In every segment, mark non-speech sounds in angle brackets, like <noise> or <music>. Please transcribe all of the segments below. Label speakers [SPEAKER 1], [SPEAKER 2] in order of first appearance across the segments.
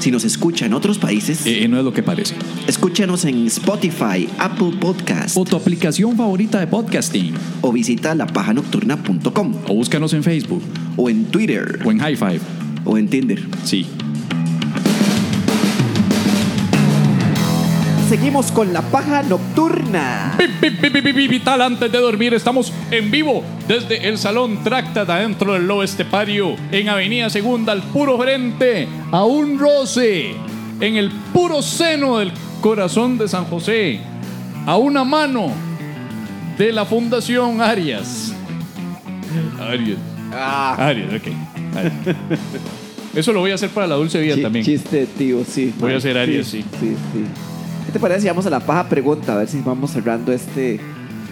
[SPEAKER 1] Si nos escucha en otros países,
[SPEAKER 2] Eh, no es lo que parece.
[SPEAKER 1] escúchanos en Spotify, Apple Podcast
[SPEAKER 2] O tu aplicación favorita de podcasting.
[SPEAKER 1] o visita lapajanocturna.com
[SPEAKER 2] O búscanos en Facebook.
[SPEAKER 1] o en Twitter
[SPEAKER 2] O en High Five.
[SPEAKER 1] o en Tinder.
[SPEAKER 2] Sí.
[SPEAKER 1] Seguimos con La Paja Nocturna.
[SPEAKER 2] Vital antes de dormir. Estamos en vivo desde el Salón Tráctata dentro del Lobo Estepario, en Avenida Segunda, al puro frente, a un roce, en el puro seno del corazón de San José, a una mano de la Fundación Arias. Arias.
[SPEAKER 1] Ah,
[SPEAKER 2] Arias, ok. Arias. Eso lo voy a hacer para la dulce vida
[SPEAKER 3] Chi-
[SPEAKER 2] también.
[SPEAKER 3] Chiste, tío, sí.
[SPEAKER 2] Voy a hacer Aries, sí.
[SPEAKER 3] Sí, sí. ¿Qué te parece si vamos a la paja pregunta? A ver si vamos cerrando este.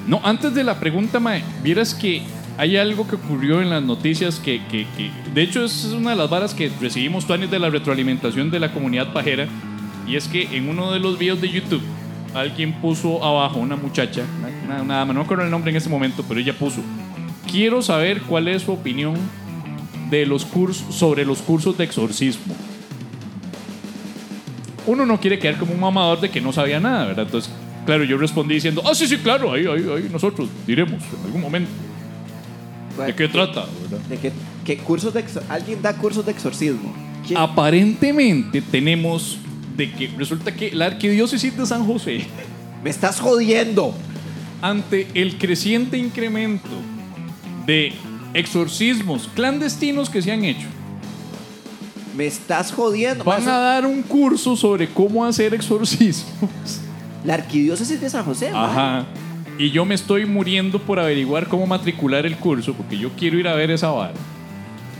[SPEAKER 2] No, antes de la pregunta, Mae, vieras que hay algo que ocurrió en las noticias que, que- que- de hecho, es una de las varas que recibimos planes de la retroalimentación de la comunidad pajera. Y es que en uno de los videos de YouTube, alguien puso abajo una muchacha, una- una, una dama, no me acuerdo el nombre en este momento, pero ella puso: Quiero saber cuál es su opinión de los cursos, sobre los cursos de exorcismo uno no quiere quedar como un mamador de que no sabía nada, ¿verdad? Entonces, claro, yo respondí diciendo, ah, sí, sí, claro, ahí, ahí, ahí, nosotros diremos en algún momento de qué trata, ¿verdad?
[SPEAKER 3] ¿De qué, qué cursos de exor- ¿Alguien da cursos de exorcismo? ¿Quién?
[SPEAKER 2] Ah. Aparentemente tenemos de que resulta que la arquidiócesis de San José,
[SPEAKER 3] ¡Me estás jodiendo!
[SPEAKER 2] ante el creciente incremento de exorcismos clandestinos que se han hecho,
[SPEAKER 3] ¡Me estás jodiendo!
[SPEAKER 2] van
[SPEAKER 3] Más-
[SPEAKER 2] a dar un curso sobre cómo hacer <laughs> exorcismos.
[SPEAKER 3] La arquidiócesis de San José, ma.
[SPEAKER 2] Ajá. Y yo me estoy muriendo por averiguar cómo matricular el curso, porque yo quiero ir a ver esa vara.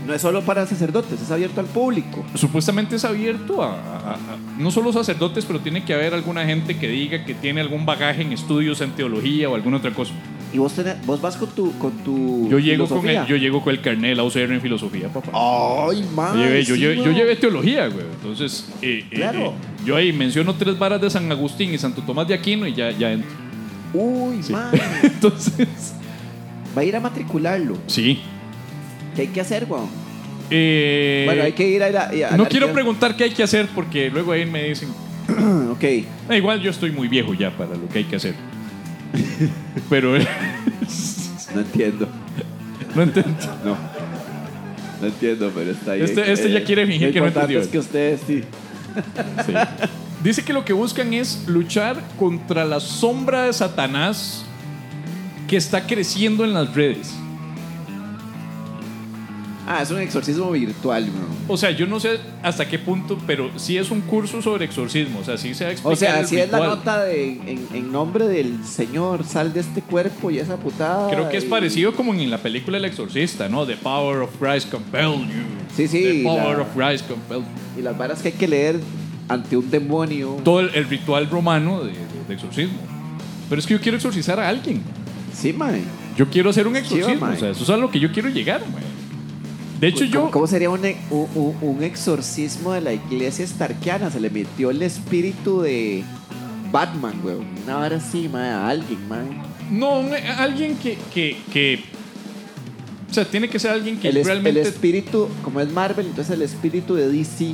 [SPEAKER 3] No es solo para sacerdotes, es abierto al público.
[SPEAKER 2] Supuestamente es abierto a, a- a- no solo sacerdotes, pero tiene que haber alguna gente que diga que tiene algún bagaje en estudios en teología o alguna otra cosa.
[SPEAKER 3] Y vos, tenés- vos vas con tu. Con tu
[SPEAKER 2] Yo llego, con el,
[SPEAKER 3] filosofía.
[SPEAKER 2] yo llego con el carnet de la UCR en filosofía, papá.
[SPEAKER 3] ¡Ay, ma!
[SPEAKER 2] Yo llevé, yo
[SPEAKER 3] sí,
[SPEAKER 2] llevé-
[SPEAKER 3] ma.
[SPEAKER 2] yo llevé teología, güey. Entonces, eh, eh,
[SPEAKER 3] Claro.
[SPEAKER 2] eh, yo ahí menciono tres varas de San Agustín y Santo Tomás de Aquino y ya, ya entro.
[SPEAKER 3] ¡Uy, ma!
[SPEAKER 2] <laughs> Entonces,
[SPEAKER 3] Va a ir a matricularlo.
[SPEAKER 2] sí.
[SPEAKER 3] ¿Qué hay que hacer, weón?
[SPEAKER 2] Eh,
[SPEAKER 3] bueno, hay que ir a la. a la
[SPEAKER 2] No quiero
[SPEAKER 3] arquidió-
[SPEAKER 2] preguntar qué hay que hacer porque luego ahí me dicen,
[SPEAKER 3] Ok.
[SPEAKER 2] "Ah, igual yo estoy muy viejo ya para lo que hay que hacer. <laughs> Pero eh, <laughs>
[SPEAKER 3] No entiendo,
[SPEAKER 2] no entiendo.
[SPEAKER 3] no. No entiendo, pero está bien. Eh,
[SPEAKER 2] Este- este ya quiere fingir
[SPEAKER 3] lo
[SPEAKER 2] que no
[SPEAKER 3] importante
[SPEAKER 2] entendió.
[SPEAKER 3] es que ustedes sí.
[SPEAKER 2] Sí. Dice que lo que buscan es luchar contra la sombra de Satanás que está creciendo en las redes.
[SPEAKER 3] Ah, es un exorcismo virtual, bro.
[SPEAKER 2] O sea, yo no sé hasta qué punto, pero sí es un curso sobre exorcismo. O sea, sí se va a explicar
[SPEAKER 3] O sea,
[SPEAKER 2] el
[SPEAKER 3] así es la
[SPEAKER 2] ritual.
[SPEAKER 3] nota de en, en nombre del Señor, sal de este cuerpo y esa putada.
[SPEAKER 2] Creo que es
[SPEAKER 3] y-
[SPEAKER 2] parecido como en la película El Exorcista, ¿no? The Power of Christ Compel You.
[SPEAKER 3] Sí, sí,
[SPEAKER 2] The Power
[SPEAKER 3] la-
[SPEAKER 2] of Christ Compel You.
[SPEAKER 3] Y las varas que hay que leer ante un demonio.
[SPEAKER 2] todo el, el ritual romano de, de- de exorcismo. Pero es que yo quiero exorcizar a alguien.
[SPEAKER 3] Sí, mae.
[SPEAKER 2] Yo quiero hacer un
[SPEAKER 3] Chiva,
[SPEAKER 2] exorcismo.
[SPEAKER 3] mae.
[SPEAKER 2] o sea, eso es a lo que yo quiero llegar, mae. De hecho,
[SPEAKER 3] Pues, ¿Cómo,
[SPEAKER 2] yo.
[SPEAKER 3] cómo sería un, e- u- u- un exorcismo de la iglesia estarquiana? Se le metió el espíritu de Batman, weón. Una vara así, mae, a alguien, mae.
[SPEAKER 2] No, un- alguien que, que, que- O sea, tiene que ser alguien que
[SPEAKER 3] el, es-
[SPEAKER 2] realmente.
[SPEAKER 3] el espíritu, como es Marvel, entonces el espíritu de DC.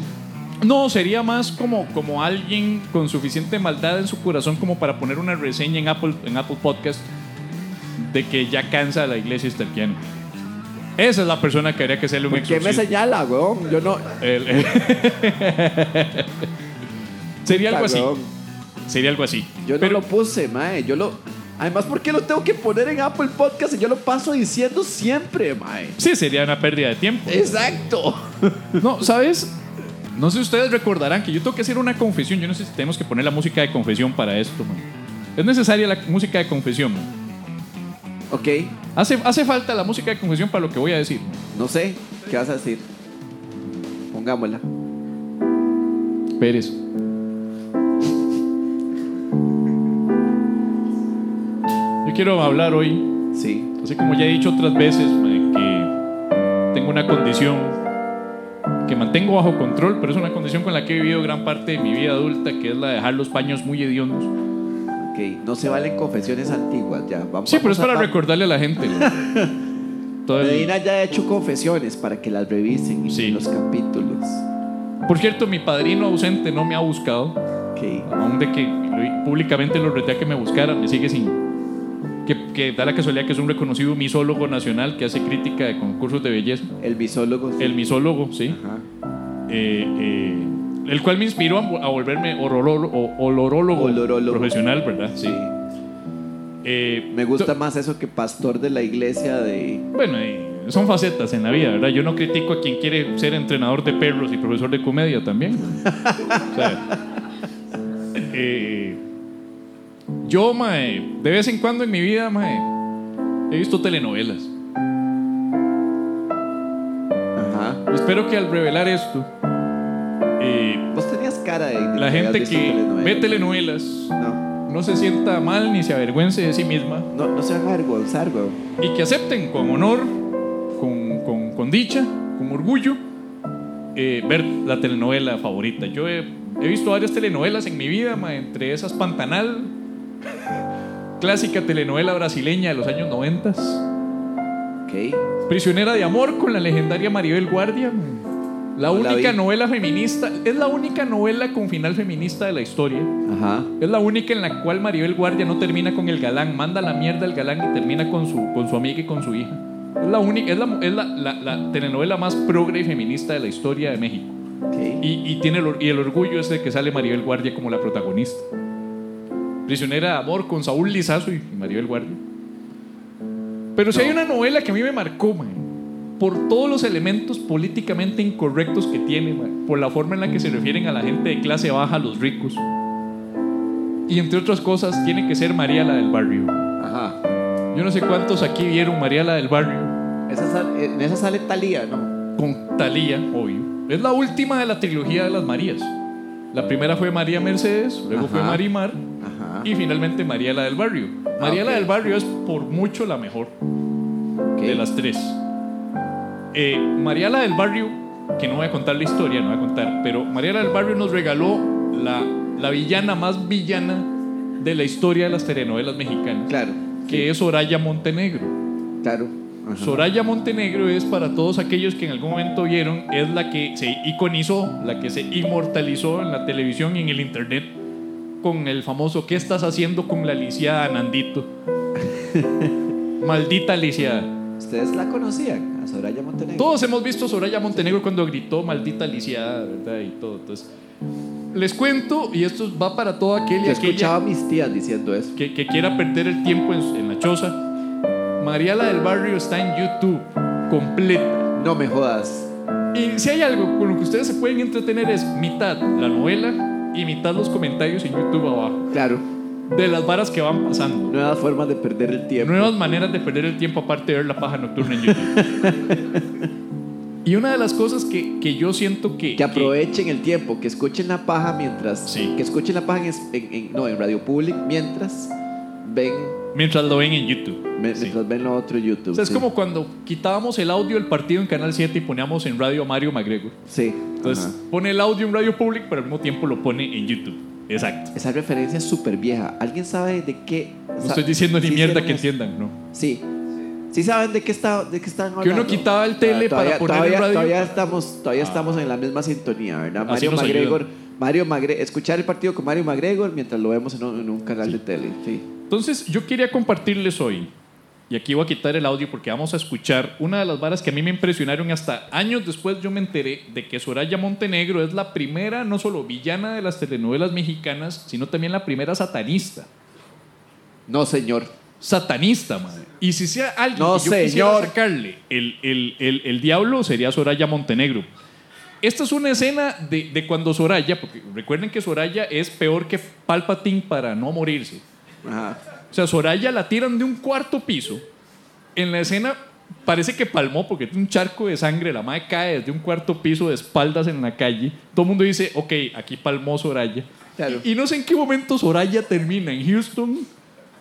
[SPEAKER 2] no, sería más como, como alguien con suficiente maldad en su corazón como para poner una reseña en Apple, en Apple Podcast de que ya cansa a la iglesia esterquiana. Esa es la persona que habría que hacerle un
[SPEAKER 3] ¿Por qué
[SPEAKER 2] exorcismo.
[SPEAKER 3] me señala, weón? Yo no.
[SPEAKER 2] El- <laughs> sería algo así.
[SPEAKER 3] Weón,
[SPEAKER 2] Sería algo así.
[SPEAKER 3] Yo no
[SPEAKER 2] Pero
[SPEAKER 3] lo puse, mae. Yo lo. Además, ¿por qué lo tengo que poner en Apple Podcast? Y yo lo paso diciendo siempre, mae.
[SPEAKER 2] sí sería una pérdida de tiempo.
[SPEAKER 3] Exacto.
[SPEAKER 2] No, ¿sabes? No sé si ustedes recordarán que yo tengo que hacer una confesión. Yo no sé si tenemos que poner la música de confesión para esto, man. Es necesaria la música de confesión. man.
[SPEAKER 3] Ok,
[SPEAKER 2] Hace, hace falta la música de confesión para lo que voy a decir. man.
[SPEAKER 3] no sé. ¿Qué vas a decir? Pongámosla.
[SPEAKER 2] Pérez. Yo quiero hablar hoy
[SPEAKER 3] Sí.
[SPEAKER 2] Así como ya he dicho otras veces, mae, que una condición que mantengo bajo control, pero es una condición con la que he vivido gran parte de mi vida adulta, que es la de dejar los paños muy hediondos.
[SPEAKER 3] Ok, no se valen confesiones antiguas, ya. Vamos,
[SPEAKER 2] Sí, pero es
[SPEAKER 3] vamos a
[SPEAKER 2] para
[SPEAKER 3] pa-
[SPEAKER 2] recordarle a la gente. güey. Todo el-
[SPEAKER 3] Medina ya ha hecho confesiones para que las revisen
[SPEAKER 2] Sí.
[SPEAKER 3] en los capítulos.
[SPEAKER 2] Por cierto, mi padrino ausente no me ha buscado.
[SPEAKER 3] Ok.
[SPEAKER 2] Aún de que lo- públicamente lo reté a que me buscara, me sigue sin. Que, que da la casualidad que es un reconocido misólogo nacional que hace crítica de concursos de belleza.
[SPEAKER 3] El bisólogo. sí.
[SPEAKER 2] El misólogo, sí.
[SPEAKER 3] Ajá.
[SPEAKER 2] Eh, eh, el cual me inspiró a, a volverme olorolo- o- olorólogo,
[SPEAKER 3] Olorólogo.
[SPEAKER 2] profesional, ¿verdad? Sí.
[SPEAKER 3] Sí.
[SPEAKER 2] Eh,
[SPEAKER 3] Me gusta
[SPEAKER 2] to-
[SPEAKER 3] más eso que pastor de la iglesia de.
[SPEAKER 2] Bueno, y son facetas en la vida, ¿verdad? Yo no critico a quien quiere ser entrenador de perros y profesor de comedia también. O sea, eh, yo, mae, de vez en cuando en mi vida, mae, he visto telenovelas.
[SPEAKER 3] Ajá.
[SPEAKER 2] Espero que al revelar esto, eh,
[SPEAKER 3] Vos tenías cara de. de
[SPEAKER 2] la gente
[SPEAKER 3] habías visto
[SPEAKER 2] que ve
[SPEAKER 3] telenovelas.
[SPEAKER 2] telenovelas
[SPEAKER 3] No.
[SPEAKER 2] no se sienta mal ni se avergüence de sí misma
[SPEAKER 3] No, no se van a avergonzar, weón.
[SPEAKER 2] y que acepten con honor, con, con- con dicha, con orgullo, eh, ver la telenovela favorita. Yo he, he visto varias telenovelas en mi vida, ma, entre esas Pantanal, <laughs> clásica telenovela brasileña de los años 90,
[SPEAKER 3] Ok.
[SPEAKER 2] Prisionera de Amor con la legendaria Maribel Guardia. ma. La
[SPEAKER 3] No la
[SPEAKER 2] única
[SPEAKER 3] vi.
[SPEAKER 2] novela feminista, es la única novela con final feminista de la historia.
[SPEAKER 3] Ajá.
[SPEAKER 2] Es la única en la cual Maribel Guardia no termina con el galán, manda la mierda al galán y termina con su, con su amiga y con su hija. Es la única, es la, es la, la- la telenovela más progre y feminista de la historia de México.
[SPEAKER 3] Ok.
[SPEAKER 2] Y, y tiene el, or- y el orgullo es de que sale Maribel Guardia como la protagonista. Prisionera de amor con Saúl Lizazo y y Maribel Guardia. Pero si hay una novela que a mí me marcó, man, por todos los elementos políticamente incorrectos que tiene, man, por la forma en la que se refieren a la gente de clase baja, a los ricos. Y entre otras cosas, tiene que ser María la del barrio.
[SPEAKER 3] Ajá.
[SPEAKER 2] Yo no sé cuántos aquí vieron María la del barrio
[SPEAKER 3] Esa sale- en esa sale Talía, ¿no?
[SPEAKER 2] con Talía, obvio. Es la última de la trilogía de las Marías. La primera fue María Mercedes, luego fue
[SPEAKER 3] Ajá.
[SPEAKER 2] Marimar
[SPEAKER 3] Ajá. Ah,
[SPEAKER 2] y finalmente María la del barrio. María la
[SPEAKER 3] ok.
[SPEAKER 2] del barrio es por mucho la mejor.
[SPEAKER 3] Ok.
[SPEAKER 2] de las tres. Eh, Mariala del Barrio, que no voy a contar la historia, no voy a contar, pero Mariala del Barrio nos regaló la, la villana más villana de la historia de las telenovelas mexicanas,
[SPEAKER 3] Claro.
[SPEAKER 2] que es Soraya Montenegro.
[SPEAKER 3] Claro. Ajá.
[SPEAKER 2] Soraya Montenegro es para todos aquellos que en algún momento vieron, es la que se iconizó, la que se inmortalizó en la televisión y en el internet con el famoso ¿Qué estás haciendo con la lisiada
[SPEAKER 3] <laughs>
[SPEAKER 2] Nandito? Maldita lisiada.
[SPEAKER 3] ¿Ustedes la conocían? A Soraya Montenegro.
[SPEAKER 2] Todos hemos visto a Soraya Montenegro cuando gritó maldita lisiada, ¿verdad? Y todo. Entonces, les cuento, y esto va para todo aquel y
[SPEAKER 3] Yo escuchaba
[SPEAKER 2] aquella
[SPEAKER 3] a mis tías diciendo eso.
[SPEAKER 2] que, que quiera perder el tiempo en, en la choza. Mariala del Barrio está en YouTube, completa.
[SPEAKER 3] No me jodas.
[SPEAKER 2] Y si hay algo con lo que ustedes se pueden entretener es mitad la novela y mitad los comentarios en YouTube abajo,
[SPEAKER 3] Claro.
[SPEAKER 2] de las varas que van pasando.
[SPEAKER 3] Nuevas formas de perder el tiempo.
[SPEAKER 2] Nuevas maneras de perder el tiempo aparte de ver la paja nocturna en YouTube. y una de las cosas que, que yo siento que...
[SPEAKER 3] Que aprovechen el tiempo, que escuchen la paja mientras.
[SPEAKER 2] Sí.
[SPEAKER 3] Que escuchen la paja en, es- en- en- no, en Radio Public mientras ven,
[SPEAKER 2] Mientras lo ven en YouTube.
[SPEAKER 3] me-
[SPEAKER 2] Sí.
[SPEAKER 3] mientras ven lo otro YouTube.
[SPEAKER 2] O sea, es
[SPEAKER 3] sí.
[SPEAKER 2] como cuando quitábamos el audio del partido en Canal 7 y poníamos en radio a Mario McGregor.
[SPEAKER 3] Sí.
[SPEAKER 2] Entonces
[SPEAKER 3] ajá.
[SPEAKER 2] pone el audio en radio público, pero al mismo tiempo lo pone en YouTube. Exacto.
[SPEAKER 3] Esa referencia es súper vieja. ¿Alguien sabe de qué?
[SPEAKER 2] No
[SPEAKER 3] sa-
[SPEAKER 2] estoy diciendo ni
[SPEAKER 3] sí
[SPEAKER 2] mierda
[SPEAKER 3] hicieron
[SPEAKER 2] que
[SPEAKER 3] eso?
[SPEAKER 2] entiendan, ¿no?
[SPEAKER 3] Sí. Sí saben de qué, está, de qué están hablando.
[SPEAKER 2] Que uno quitaba el tele
[SPEAKER 3] Ah, todavía-
[SPEAKER 2] para poner
[SPEAKER 3] todavía,
[SPEAKER 2] el radio. Ah.
[SPEAKER 3] Todavía estamos, todavía estamos en la misma sintonía, ¿verdad?
[SPEAKER 2] Así
[SPEAKER 3] Mario
[SPEAKER 2] nos
[SPEAKER 3] McGregor. Mario Magre escuchar el partido con Mario McGregor mientras lo vemos en un, en un canal de tele. Sí.
[SPEAKER 2] Entonces yo quería compartirles hoy, y aquí voy a quitar el audio porque vamos a escuchar una de las varas que a mí me impresionaron hasta años después yo me enteré de que Soraya Montenegro es la primera, no solo villana de las telenovelas mexicanas, sino también la primera satanista.
[SPEAKER 3] No, señor.
[SPEAKER 2] satanista, madre. Y si sea alguien
[SPEAKER 3] No,
[SPEAKER 2] que yo quisiera
[SPEAKER 3] señor.
[SPEAKER 2] sacarle el, el- el- el diablo, sería Soraya Montenegro. Esta es una escena de, de cuando Soraya, porque recuerden que Soraya es peor que Palpatine para no morirse.
[SPEAKER 3] Ajá.
[SPEAKER 2] O sea, Soraya la tiran de un cuarto piso. En la escena parece que palmó porque tiene un charco de sangre. La madre cae desde un cuarto piso de espaldas en la calle. Todo el mundo dice, ok, aquí palmó Soraya.
[SPEAKER 3] Claro.
[SPEAKER 2] Y, y no sé en qué momento Soraya termina en Houston,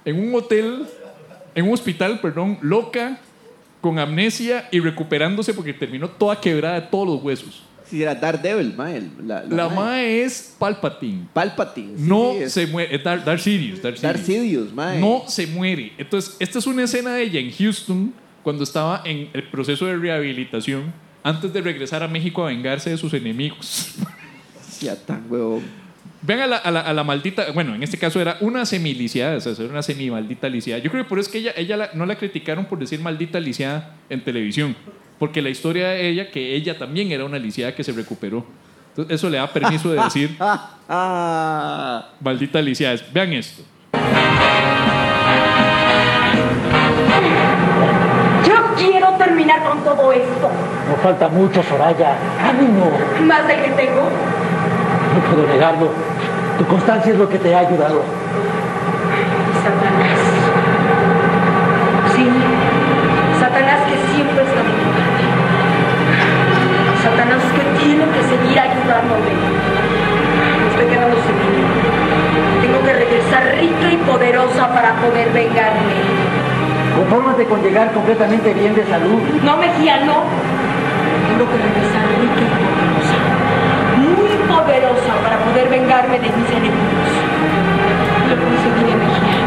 [SPEAKER 2] en un hotel, en un hospital, perdón, loca, con amnesia y recuperándose porque terminó toda quebrada de todos los huesos.
[SPEAKER 3] Si era Daredevil, mae. el- La, la
[SPEAKER 2] La
[SPEAKER 3] mae.
[SPEAKER 2] mae es Palpatine.
[SPEAKER 3] Palpatine. sí,
[SPEAKER 2] No
[SPEAKER 3] es
[SPEAKER 2] se eh, muere. Es Dark, Dark Sidious, Dark
[SPEAKER 3] Darth
[SPEAKER 2] Sidious.
[SPEAKER 3] Sidious, mae.
[SPEAKER 2] No se muere. Entonces, esta es una escena de ella en Houston cuando estaba en el proceso de rehabilitación antes de regresar a México a vengarse de sus enemigos. <laughs>
[SPEAKER 3] Ya tan huevón.
[SPEAKER 2] Vean a la, a la- a la maldita, bueno, en este caso era una semiliciada, o sea, era una semimaldita lisiada. Yo creo que por eso es que ella, ella la- no la criticaron por decir maldita lisiada en televisión, porque la historia de ella, que ella también era una lisiada que se recuperó. Entonces, eso le da permiso de decir
[SPEAKER 3] Ah, ah.
[SPEAKER 2] maldita lisiada. Vean esto.
[SPEAKER 4] Yo quiero terminar con todo esto.
[SPEAKER 5] No falta mucho, Soraya. Ánimo.
[SPEAKER 4] Más de que tengo.
[SPEAKER 5] No puedo negarlo. Tu constancia es lo que te ha ayudado.
[SPEAKER 4] Satanás. Sí. Satanás que siempre está de mi parte. Satanás que tiene que seguir ayudándome. Me estoy quedando sin dinero. Tengo que regresar rica y poderosa para poder vengarme.
[SPEAKER 5] Confórmate con llegar completamente bien de salud.
[SPEAKER 4] No, Mejía, no. Tengo que regresar rica y poderosa. Muy poderosa para poder vengarme de mis enemigos. Lo conseguiré, Mejía.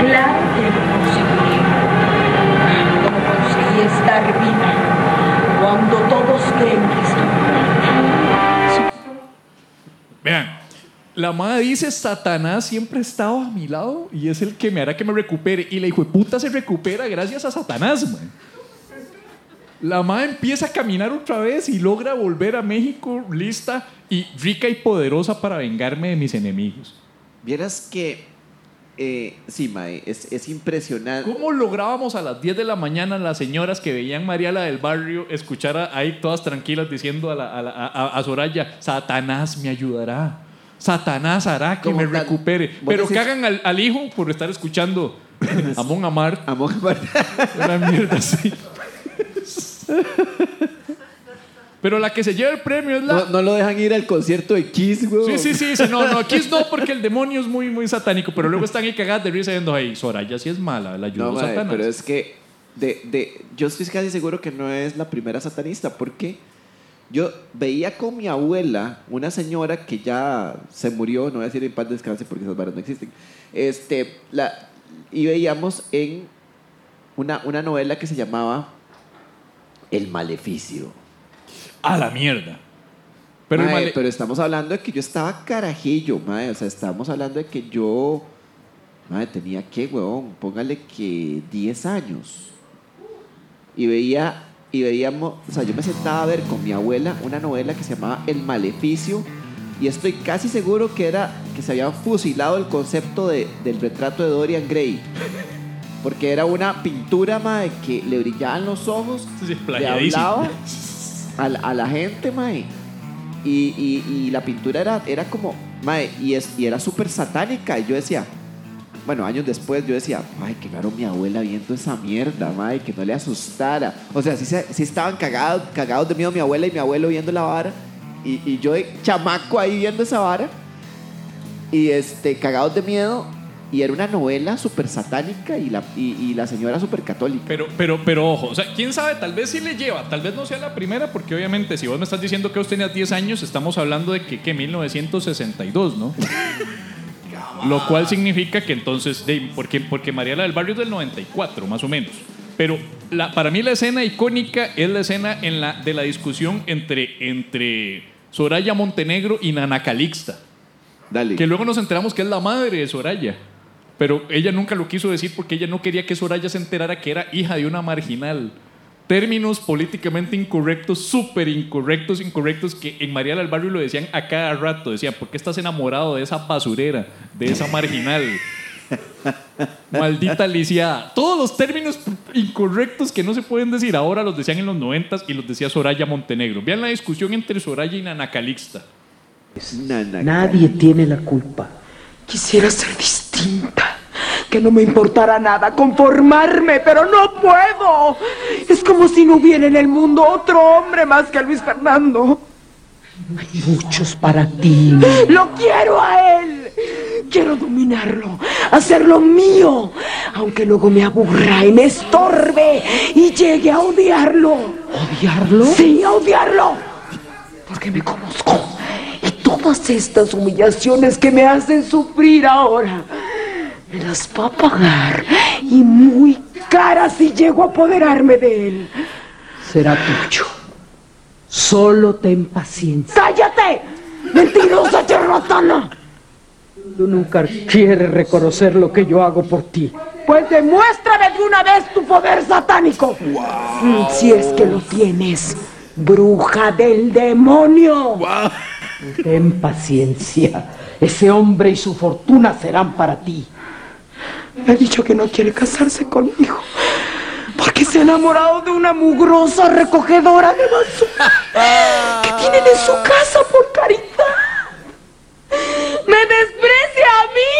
[SPEAKER 4] Claro que lo conseguiré. Como conseguí estar viva cuando todos creen que estoy
[SPEAKER 2] Vean, la madre dice, Satanás siempre ha estado a mi lado y es el que me hará que me recupere. Y la hijo de puta se recupera gracias a Satanás, man. La madre empieza a caminar otra vez y logra volver a México lista y rica y poderosa para vengarme de mis enemigos.
[SPEAKER 3] Vieras que. eh, sí, mae. Es, es impresionante.
[SPEAKER 2] ¿Cómo lográbamos a las 10 de la mañana las señoras que veían Mariala del barrio escuchar a- ahí todas tranquilas diciendo a, la- a la- a- a Soraya, Satanás me ayudará, Satanás hará que
[SPEAKER 3] Como
[SPEAKER 2] me
[SPEAKER 3] tal-
[SPEAKER 2] recupere?
[SPEAKER 3] vos
[SPEAKER 2] Pero
[SPEAKER 3] decís-
[SPEAKER 2] cagan al, al hijo por estar
[SPEAKER 3] <laughs>
[SPEAKER 2] escuchando Amon Amar,
[SPEAKER 3] Amor,
[SPEAKER 2] <laughs> una mierda así. Pero la que se lleva el premio es la...
[SPEAKER 3] no, no lo dejan ir al concierto de Kiss, huevón.
[SPEAKER 2] Sí, sí, sí, sí, no, no, aquí es no porque el demonio es muy, muy satánico, pero luego están ahí cagadas de risa diciendo, ay, Soraya sí es mala, la ayudó
[SPEAKER 3] No, mae,
[SPEAKER 2] Satanás.
[SPEAKER 3] pero es que de, de, yo estoy casi seguro que no es la primera satanista, porque yo veía con mi abuela, una señora que ya se murió, no voy a decir en paz descanse porque esas varas no existen, este, la, y veíamos en una, una novela que se llamaba El Maleficio.
[SPEAKER 2] A la mierda. Pero, el
[SPEAKER 3] Mae,
[SPEAKER 2] male-
[SPEAKER 3] pero estamos hablando de que yo estaba carajillo, mae, o sea, estamos hablando de que yo, mae, tenía que, huevón, póngale que 10 años. y veía y veíamos, o sea, yo me sentaba a ver con mi abuela una novela que se llamaba El Maleficio y estoy casi seguro que era que se había fusilado el concepto de- del retrato de Dorian Gray. Porque era una pintura mae, que le brillaban los ojos,
[SPEAKER 2] Sí, sí,
[SPEAKER 3] le
[SPEAKER 2] playadísimo.
[SPEAKER 3] hablaba a, la- a la gente, mae. Y, y- y la pintura era, era como, mae, y, es, y era súper satánica. Y yo decía, bueno, años después yo decía, ay, que claro, mi abuela viendo esa mierda, madre, que no le asustara. O sea, sí, se- sí estaban cagados, cagados de miedo mi abuela y mi abuelo viendo la vara. Y, y yo de chamaco ahí viendo esa vara. Y este, cagados de miedo. Y era una novela súper satánica y la, y, y la señora súper católica.
[SPEAKER 2] Pero, pero, pero ojo, o sea, quién sabe, tal vez sí le lleva, tal vez no sea la primera, porque obviamente si vos me estás diciendo que vos tenías 10 años, estamos hablando de que, que
[SPEAKER 3] <laughs>
[SPEAKER 2] 1962, ¿no? Lo cual significa que entonces, de- porque, porque Mariela del Barrio es del 94, más o menos. Pero la, para mí la escena icónica es la escena en la, de la discusión entre, entre Soraya Montenegro y Nana Calixta.
[SPEAKER 3] Dale.
[SPEAKER 2] Que luego nos enteramos que es la madre de Soraya. Pero ella nunca lo quiso decir porque ella no quería que Soraya se enterara que era hija de una marginal. Términos políticamente incorrectos, súper incorrectos, incorrectos, que en María del Barrio lo decían a cada rato. Decían, ¿por qué estás enamorado de esa basurera, de esa marginal? Maldita lisiada. Todos los términos incorrectos que no se pueden decir ahora los decían en los noventas y los decía Soraya Montenegro. Vean la discusión entre Soraya y Nana Calixta.
[SPEAKER 3] Nana,
[SPEAKER 6] Nadie tiene la culpa.
[SPEAKER 7] Quisiera ser distinta, que no me importara nada, conformarme, pero no puedo. Es como si no hubiera en el mundo otro hombre más que a Luis Fernando.
[SPEAKER 6] Muchos para ti.
[SPEAKER 7] Lo quiero a él. Quiero dominarlo, hacerlo mío, aunque luego me aburra y me estorbe y llegue a odiarlo. ¿Odiarlo? Sí, a odiarlo. Porque me conozco. Y todas estas humillaciones que me hacen sufrir ahora, me las va a pagar y muy cara si llego a apoderarme de él.
[SPEAKER 6] Será tuyo. Solo ten paciencia.
[SPEAKER 7] ¡Cállate! ¡Mentirosa charlatana!
[SPEAKER 6] Tú nunca quieres reconocer lo que yo hago por ti.
[SPEAKER 7] Pues demuéstrame de una vez tu poder satánico. Mm, Si es que lo tienes, bruja del demonio.
[SPEAKER 6] Ten paciencia. Ese hombre y su fortuna serán para ti.
[SPEAKER 7] Me ha dicho que no quiere casarse conmigo. Porque se ha enamorado de una mugrosa recogedora de basura <laughs> que tienen en su casa por caridad. ¡Me desprecia a mí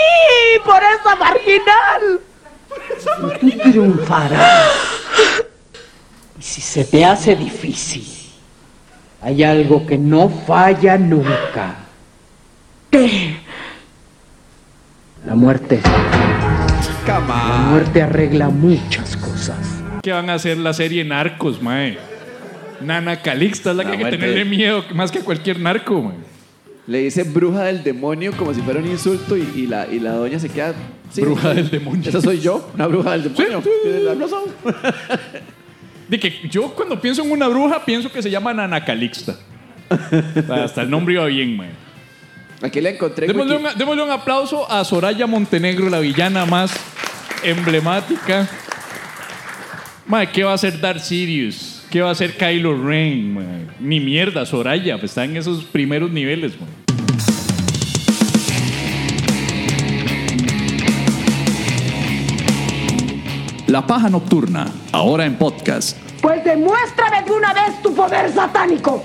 [SPEAKER 7] por esa marginal!
[SPEAKER 6] Tú triunfarás. Y si se te hace difícil, hay algo que no falla nunca.
[SPEAKER 7] ¿Qué?
[SPEAKER 6] La muerte. La muerte arregla muchas cosas.
[SPEAKER 2] ¿Qué van a hacer la serie Narcos, mae? Nana Calixta es la,
[SPEAKER 3] La
[SPEAKER 2] que hay que
[SPEAKER 3] muerte.
[SPEAKER 2] tenerle miedo más que a cualquier narco, mae.
[SPEAKER 3] Le dice bruja del demonio como si fuera un insulto y, y la, y la doña se queda. "Sí,
[SPEAKER 2] Bruja del demonio.
[SPEAKER 3] Esa soy yo, una bruja del demonio.
[SPEAKER 2] Sí.
[SPEAKER 3] Tiene la razón.
[SPEAKER 2] <laughs> De que yo cuando pienso en una bruja pienso que se llama Nana Calixta. Hasta el nombre iba bien, mae.
[SPEAKER 3] Aquí la encontré.
[SPEAKER 2] Démosle
[SPEAKER 3] Wiki.
[SPEAKER 2] un, démosle un aplauso a Soraya Montenegro, la villana más emblemática. Mae, ¿qué va a hacer Darth Sirius? ¿Qué va a hacer Kylo Ren? mae? Ni mierda, Soraya, pues está en esos primeros niveles, mae. La paja nocturna, ahora en podcast.
[SPEAKER 7] Pues demuéstrame de una vez tu poder satánico.